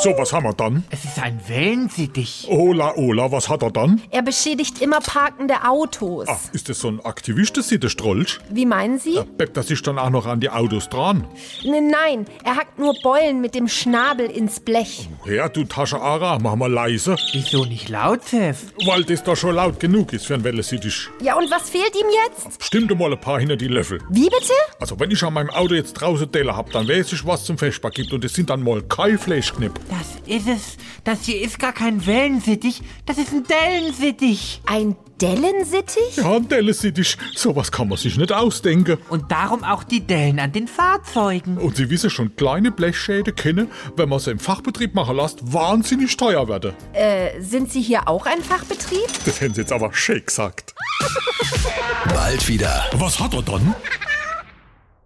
So, was haben wir dann? Es ist ein Wellensittich. Ola, Ola, was hat er dann? Er beschädigt immer parkende Autos. Ah, ist das so ein Aktivist, das sieht der Strolch? Wie meinen Sie? Bepp, das ist dann auch noch an die Autos dran. Nee, nein, er hackt nur Beulen mit dem Schnabel ins Blech. Her, du Tasche Ara, mach mal leise, Wieso nicht laut, Chef? weil das da schon laut genug ist für ein Velocitisch. Ja, und was fehlt ihm jetzt? Stimmt mal ein paar hinter die Löffel. Wie bitte? Also, wenn ich an meinem Auto jetzt draußen Teller hab, dann weiß ich, was zum Festback gibt und es sind dann mal kein Fleischknipp. Das ist es. Das hier ist gar kein Wellensittich. Das ist ein Dellensittich. Ein Dellensittich? Ja, ein Velocitisch, sowas kann man sich nicht ausdenken. Und darum auch die Dellen an den Fahrzeugen. Und Sie wissen schon, kleine Blechschäden können, wenn man sie im Fachbetrieb machen lässt, wahnsinnig teuer werden. Sind Sie hier auch ein Fachbetrieb? Das hätten Sie jetzt aber schön gesagt. Bald wieder. Was hat er dann?